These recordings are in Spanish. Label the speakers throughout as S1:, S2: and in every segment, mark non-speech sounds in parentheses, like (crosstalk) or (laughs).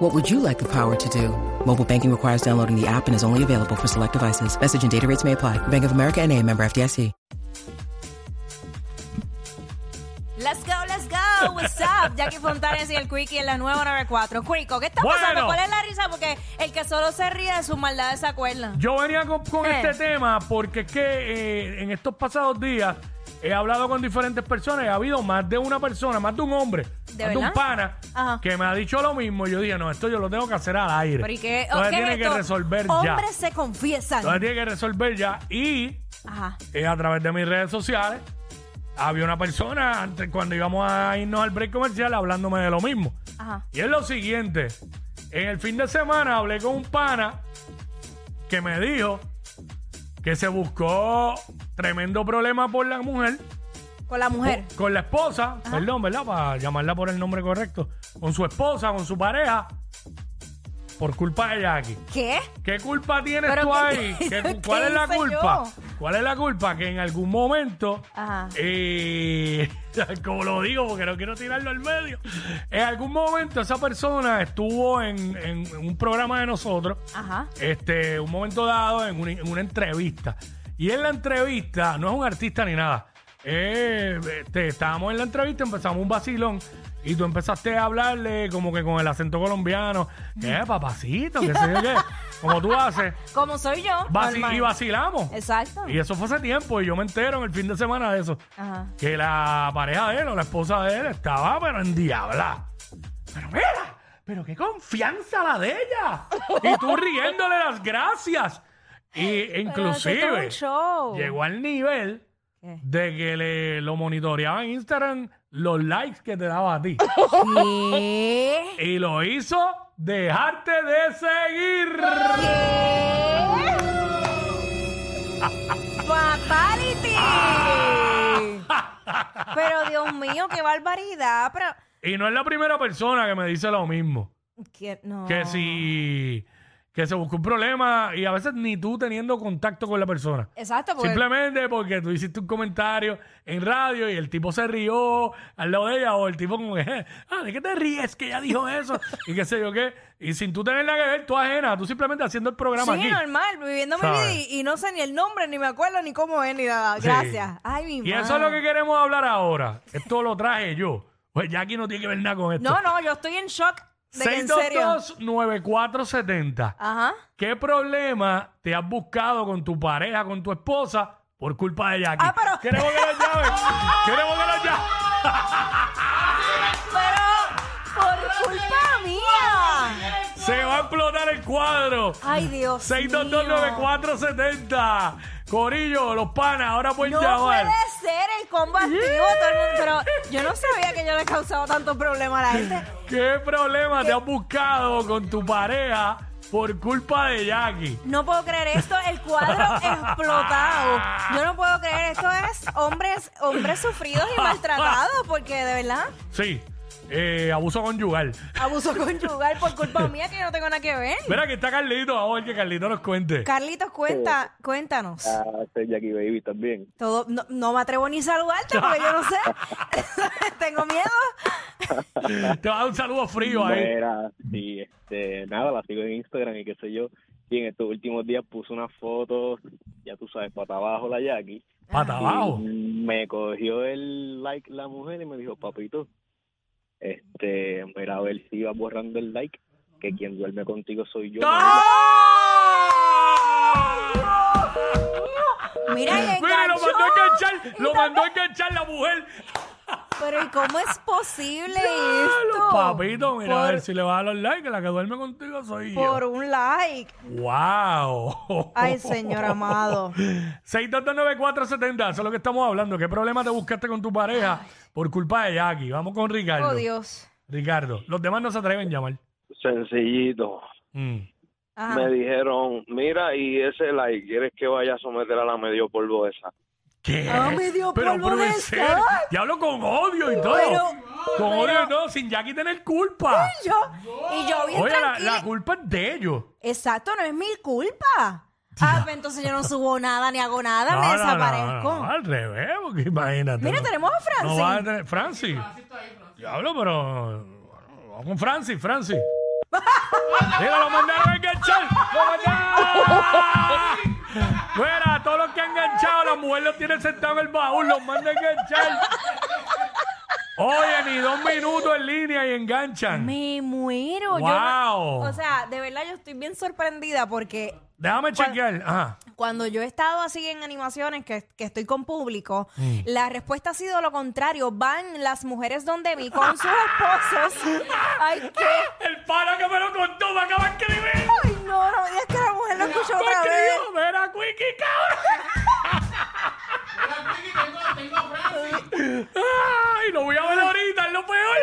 S1: What would you like the power to do? Mobile banking requires downloading the app and is only available for select devices. Message and data rates may apply. Bank of America and a member FDIC.
S2: Let's go, let's go. What's
S3: (laughs)
S2: up? Jackie Fontanes y el Quickie en la nueva 94. Quico, ¿qué está pasando?
S3: Bueno.
S2: ¿Cuál es la risa? Porque el que solo se ríe de sus maldades se acuerda.
S3: Yo venía con, con
S2: Eh.
S3: este tema porque es que eh, en estos pasados días he hablado con diferentes personas y ha habido más de una persona, más de un hombre,
S2: ¿De
S3: más de
S2: verdad?
S3: un pana,
S2: Ajá.
S3: que me ha dicho lo mismo. Y yo dije, no, esto yo lo tengo que hacer al aire.
S2: Pero ¿y qué?
S3: Entonces
S2: ¿qué es
S3: tiene
S2: esto?
S3: que resolver ya.
S2: Hombres se confiesan.
S3: Entonces tiene que resolver ya. Y
S2: Ajá.
S3: eh, a través de mis redes sociales había una persona, antes cuando íbamos a irnos al break comercial, hablándome de lo mismo.
S2: Ajá.
S3: Y es lo siguiente. En el fin de semana hablé con un pana que me dijo que se buscó tremendo problema por la mujer,
S2: Con la mujer.
S3: con la esposa, perdón, ¿verdad? Para llamarla por el nombre correcto, con su esposa, con su pareja, por culpa de Jackie.
S2: ¿Qué?
S3: ¿Qué culpa tienes
S2: Pero
S3: tú
S2: ¿qué-
S3: ahí? ¿Qué-
S2: (laughs) ¿qué
S3: ¿Cuál es la
S2: hice
S3: culpa?
S2: yo?
S3: ¿Cuál es la culpa? Que en algún momento,
S2: Ajá.
S3: eh, (laughs) como lo digo porque no quiero tirarlo al medio, en algún momento esa persona estuvo en, en- en un programa de nosotros,
S2: Ajá.
S3: este, un momento dado en una, en una entrevista. Y en la entrevista, no es un artista ni nada, eh, este, estábamos en la entrevista, empezamos un vacilón. Y tú empezaste a hablarle como que con el acento colombiano, que papacito, que sé yo qué, como tú haces.
S2: Como soy yo.
S3: Vaci-
S2: normal.
S3: y vacilamos.
S2: Exacto.
S3: Y eso fue hace tiempo, y yo me entero en el fin de semana de eso.
S2: Ajá.
S3: Que la pareja de él o la esposa de él estaba, pero en diabla. Pero mira, pero qué confianza la de ella. Y
S2: (laughs)
S3: tú riéndole las gracias. Y
S2: esto es
S3: inclusive
S2: un show.
S3: llegó al nivel
S2: ¿Qué?
S3: de que le, lo monitoreaba en Instagram los likes que te daba
S2: (laughs)
S3: a ti. (laughs)
S2: ¿Qué? (laughs)
S3: y lo hizo dejarte de seguir.
S2: ¿Qué? Fatality. Pero Dios mío, qué barbaridad. Pero.
S3: Y no es la primera persona que me dice lo mismo.
S2: ¿Qué? No.
S3: Que si que se buscó un problema y a veces ni tú teniendo contacto con la persona.
S2: Exacto, porque.
S3: Simplemente porque tú hiciste un comentario en radio y el tipo se rió al lado de ella o el tipo como que, "Eh, ah, ¿de qué te ríes que ella dijo eso? y qué sé yo qué. Y sin tú tener nada que ver, tú ajena, tú simplemente haciendo el programa
S2: Sí,
S3: aquí.
S2: normal, viviendo mi
S3: ¿Sabes?
S2: vida y, y no sé ni el nombre, ni me acuerdo, ni cómo es, ni nada. Gracias.
S3: Sí.
S2: Ay, mi
S3: Y
S2: madre.
S3: eso es lo que queremos hablar ahora. Esto lo traje yo. Pues Jackie no tiene que ver nada con esto.
S2: No, no, yo estoy en shock de que en serio.
S3: 622-9470.
S2: Ajá.
S3: ¿Qué problema te has buscado con tu pareja, con tu esposa, por culpa de Jackie?
S2: Ah, pero-
S3: Queremos que lo
S2: (laughs)
S3: llamen. Queremos que lo
S2: Pero por
S3: llamen.
S2: culpa mía.
S3: Se va a explotar el cuadro.
S2: Ay, Dios.
S3: 6229470. Corillo, los panas, ahora pueden
S2: mío. No
S3: llamar.
S2: puede ser el combo activo, todo el mundo. Pero yo no sabía que yo le causaba tanto problema a la gente.
S3: ¿Qué problema te has buscado con tu pareja por culpa de Jackie?
S2: No puedo creer esto, el
S3: (laughs)
S2: cuadro explotado. Yo no puedo creer esto es hombres, hombres sufridos y maltratados, porque de verdad.
S3: Sí, eh, abuso conyugal.
S2: Abuso conyugal por culpa mía que yo no tengo nada que ver.
S3: Mira que está Carlito, vamos a ver que Carlito nos cuente.
S2: Carlitos, cuenta, cuéntanos.
S4: Ah, soy Jackie Baby también.
S2: Todo, no, no me atrevo ni a saludarte porque yo no sé. (laughs) tengo miedo.
S3: Te va a dar un saludo frío ahí.
S4: Mira, sí, este, nada, la sigo en Instagram y qué sé yo. Y en estos últimos días puse una foto, ya tú sabes, para abajo la Jackie.
S3: Pata abajo.
S4: Y me cogió el like la mujer y me dijo, papito, este, mira, a ver si vas borrando el like, que quien duerme contigo soy yo.
S3: ¡Ah!
S2: Mira, le
S3: Mira, lo
S2: enganchó.
S3: mandó a enganchar, lo mandó a enganchar la mujer.
S2: Pero ¿y cómo es posible
S3: Ah,
S2: esto?
S3: los papitos, mira, a
S2: por,
S3: ver si le vas a dar los likes, la que duerme contigo soy
S2: por
S3: yo.
S2: un like.
S3: ¡Wow!
S2: Ay, señor
S3: (laughs)
S2: amado.
S3: 6229470, eso es lo que estamos hablando. ¿Qué problema te buscaste con tu pareja por culpa de Jackie? Vamos con Ricardo.
S2: Oh, Dios.
S3: Ricardo, los demás no se atreven a llamar.
S5: Sencillito.
S3: Mm.
S2: Ajá.
S5: Me dijeron, mira, y ese like, ¿quieres que vaya a someter a la medio polvo esa?
S3: ¿Qué?
S2: Ah, me dio
S3: pero,
S2: polvo
S3: pero
S2: de
S3: en serio,
S2: sal.
S3: Y hablo con odio y todo.
S2: Pero-
S3: con odio
S2: pero-
S3: y todo, sin Jackie tener culpa.
S2: Y yo, y yo bien
S3: Oye, la,
S2: tranquila.
S3: la culpa es de ellos.
S2: Exacto, no es mi culpa. Ah, pues entonces yo no subo nada ni hago nada, me
S3: No, no, no,
S2: desaparezco.
S3: no, no, al revés, porque imagínate.
S2: Mira,
S3: no.
S2: tenemos a
S3: No
S2: Francis.
S3: va a tener. Francis. Diablo, pero. Vamos con Francis, (laughs) Francis. Mira, lo mandaron a enganchar. Lo (laughs) mandaron. Mira, a todos los que han enganchado, las mujeres los tienen sentados en el baúl, los mandan a enganchar. Oye, ni dos minutos en línea y enganchan.
S2: Me muero. Yo no-
S3: Wow.
S2: o sea, de verdad yo estoy bien sorprendida porque
S3: Déjame chequear. Ajá.
S2: cuando yo he estado así en animaciones que, que estoy con público,
S3: Mm.
S2: la respuesta ha sido lo contrario. Van las mujeres donde mí con sus
S3: (laughs)
S2: esposos. Ay, qué.
S3: El pana que me lo contó me acaba de escribir.
S2: Ay, no, no, es que la mujer lo escuchó
S3: Me
S2: otra vez.
S3: escribió, mira, Quickie, cabrón. Ay, lo voy a ver ahorita, es lo peor.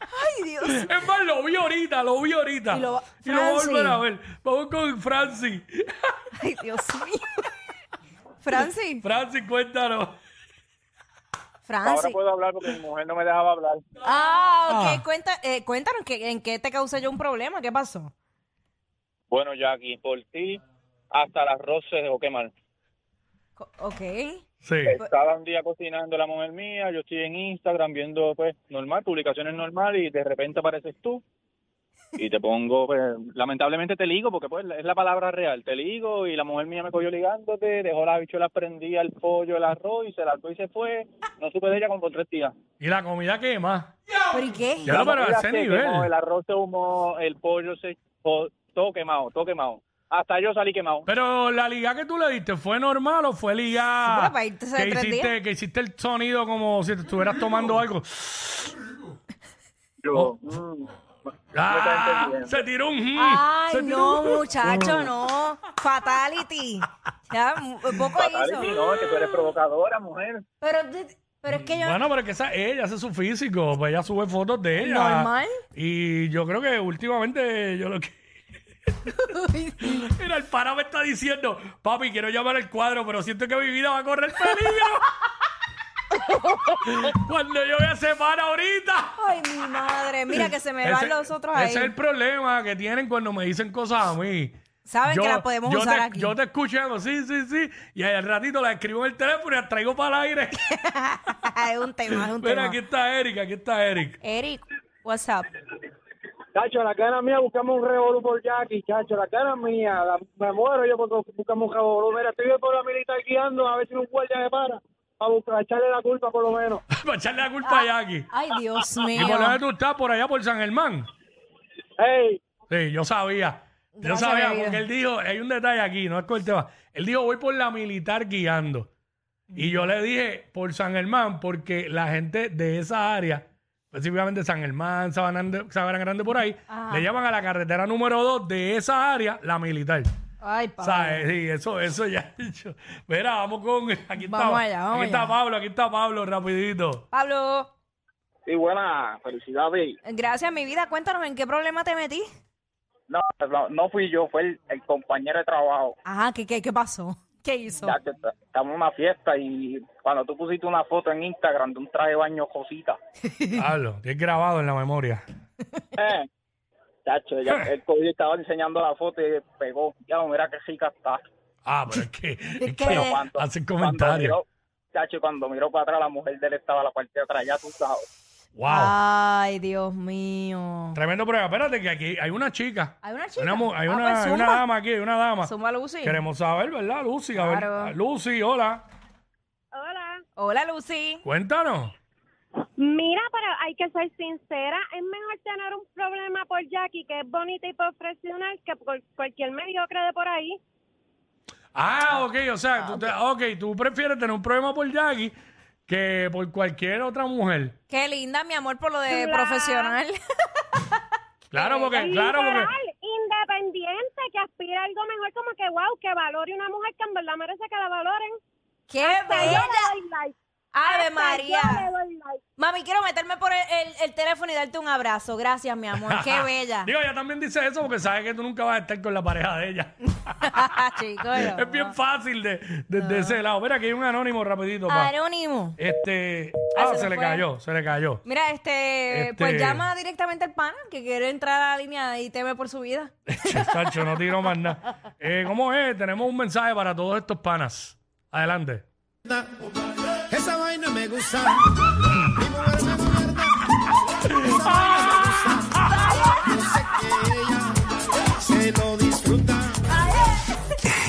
S2: Ay, Dios.
S3: Es más, lo vi ahorita, lo vi ahorita.
S2: Y lo-
S3: voy a
S2: Francis.
S3: volver a ver. Vamos con (laughs) Francis.
S2: Ay, Dios mío. Francis,
S3: Francis, cuéntanos.
S4: Ahora
S3: Ah,
S2: Francis.
S4: puedo hablar porque mi mujer no me dejaba hablar.
S2: Ah,
S3: Ah.
S2: ok. Cuenta, eh, cuéntanos que, en qué te causé yo un problema. ¿Qué pasó?
S4: Bueno, Jackie, por ti hasta las roces o qué mal.
S2: Co- Ok.
S3: Sí.
S4: Estaba un día cocinando la mujer mía, yo estoy en Instagram viendo, pues, normal, publicaciones normales y de repente apareces tú y te pongo, pues, lamentablemente te ligo porque, pues, es la palabra real, te ligo y la mujer mía me cogió ligándote, dejó las habichuelas prendidas, el pollo, el arroz y se largó y se fue. No supe de ella como por tres días.
S3: ¿Y la comida quema?
S2: ¿Pero y qué?
S3: Ya lo
S4: La
S3: para
S4: comida
S3: ese
S4: se
S3: nivel.
S4: quemó, el arroz se humó, el pollo se... o- todo quemado, todo quemado. Hasta yo salí quemado.
S3: Pero la liga que tú le diste, ¿fue normal o fue
S2: Sí,
S3: liga
S2: pero para irte hace
S3: que
S2: tres
S3: hiciste,
S2: días.
S3: que hiciste el sonido como si te estuvieras
S2: (laughs)
S3: tomando algo? Oh.
S4: Yo, mm,
S3: Ah,
S4: entendiendo.
S3: se tiró un... mm, (laughs) se
S2: Ay,
S3: tiró
S2: no,
S3: un-
S2: muchacho, no. Fatality. Ya, mu- poco
S4: fatality,
S2: hizo.
S4: no, es que tú eres provocadora, mujer.
S2: Pero, de- pero es que yo.
S3: Bueno, pero es que esa, ella hace su físico, pues ella sube fotos de ella.
S2: Normal.
S3: Y yo creo que últimamente yo lo que...
S2: (laughs)
S3: Mira, el pana me está diciendo, papi, quiero llamar al cuadro, pero siento que mi vida va a correr
S2: (laughs)
S3: peligro. Cuando yo vea ese pana ahorita.
S2: Ay, mi madre. Mira que se me van
S3: Ese-
S2: los otros ahí.
S3: Ese es el problema que tienen cuando me dicen cosas a mí.
S2: Saben que la podemos
S3: yo
S2: usar
S3: te,
S2: aquí.
S3: Yo te escucho y hago, sí, sí, sí. Y al ratito la escribo en el teléfono y la traigo para
S2: (laughs)
S3: el aire.
S2: es un tema, es un
S3: Mira,
S2: tema.
S3: aquí está Erika, aquí está Eric.
S2: Eric, what's up?
S5: Chacho, la cara mía, buscamos un revolú por Jackie, chacho, la cara mía, la- me muero yo porque buscamos un revolú. Mira, estoy por la militar guiando a ver si un guardia me para, a buscar, echarle la culpa por lo menos.
S3: para echarle la culpa a Jackie.
S2: Ah. Ay,
S3: (laughs)
S2: Dios
S3: ¿Y
S2: mío.
S3: por dónde tú estás? Por allá, por San Germán.
S5: Hey,
S3: Sí, yo sabía. Yo
S2: Gracias, mi
S3: sabía,
S2: vida.
S3: porque él dijo, hay un detalle aquí, no es con el tema. Él dijo, voy por la militar guiando. Y yo le dije, por San Germán, porque la gente de esa área, específicamente San Germán, Sabana Grande, Sabana Grande por ahí,
S2: Ajá.
S3: le llaman a la carretera número 2 de esa área la militar.
S2: Ay, papá.
S3: ¿Sabes? Sí, eso, eso ya he dicho. Mira, vamos con. Aquí está,
S2: Vamos allá, vamos
S3: aquí está
S2: allá.
S3: Pablo, aquí está Pablo,
S2: (laughs)
S3: rapidito.
S2: Pablo,
S5: y buena, felicidades.
S2: gracias, mi vida. Cuéntanos en qué problema te metí.
S4: No, no, no fui yo, fue el, el compañero de trabajo.
S2: Ajá, ¿qué, qué, qué pasó? ¿Qué hizo?
S4: Ya que está- estamos en una fiesta y cuando tú pusiste una foto en Instagram de un traje de baño cosita.
S3: Pablo, que es grabado en la memoria.
S4: Eh, chacho, ya el COVID estaba enseñando la foto y pegó. Ya, mira qué rica está.
S3: Ah, pero es que, es
S2: que-
S3: que
S2: Pero
S4: cuando-
S3: hacen
S4: Cuando
S3: comentarios.
S4: miró, chacho, cuando miró para atrás, la mujer de él estaba a la parte de atrás, ya tú sabes.
S3: Wow.
S2: Ah. Ay, Dios mío.
S3: Tremendo prueba. Espérate que aquí hay una chica.
S2: Hay una chica.
S3: Una mu- hay
S2: Ah,
S3: una,
S2: pues,
S3: hay
S2: zumba.
S3: una dama aquí, hay una dama.
S2: Zumba Lucy.
S3: Queremos saber, ¿verdad, Lucy? A ver, ah,
S2: Claro.
S3: Lucy, hola.
S6: Hola.
S2: Hola, Lucy.
S3: Cuéntanos.
S6: Mira, pero hay que ser sincera. Es mejor tener un problema por Jackie, que es bonita y profesional, que por cualquier mediocre de por ahí.
S3: Ah, ok, o sea, tú, te-
S2: Ah,
S3: ok, tú prefieres tener un problema por Jackie que por cualquier otra mujer.
S2: Qué linda, mi amor, por lo de
S6: Claro.
S2: profesional. Eh,
S3: Claro, porque, claro,
S6: Literal,
S3: porque.
S6: independiente, que aspira a algo mejor, como que wow, que valore una mujer que en verdad merece que la valoren.
S2: (laughs) ¡Qué
S6: Hasta yo
S2: bella!
S6: le doy like.
S2: ¡Ave
S6: Hasta
S2: María!
S6: yo le doy like.
S2: Mami, quiero meterme por el, el- el teléfono y darte un abrazo. Gracias, mi amor.
S3: (laughs)
S2: Qué bella. (laughs)
S3: Digo, ella también dice eso porque sabe que tú nunca vas a estar con la pareja de ella.
S2: Chico, no.
S3: (laughs) es bien fácil de, de- de ese lado. Mira, aquí hay un anónimo rapidito. pa.
S2: Anónimo.
S3: Este,
S2: Ah,
S3: ah,
S2: se
S3: se
S2: me
S3: le
S2: fue.
S3: cayó, se
S2: (laughs)
S3: le cayó.
S2: Mira, este,
S3: Este-
S2: pues llama directamente al pana que quiere entrar a la línea y teme por su vida.
S3: Chacho, no tiro más nada. Eh, ¿Cómo es? Tenemos un mensaje para todos estos panas. Adelante.
S7: Esa vaina me gusta. Mi mujer me guarda. Esa vaina me gusta. Yo sé que ella se lo disfruta.
S8: (laughs)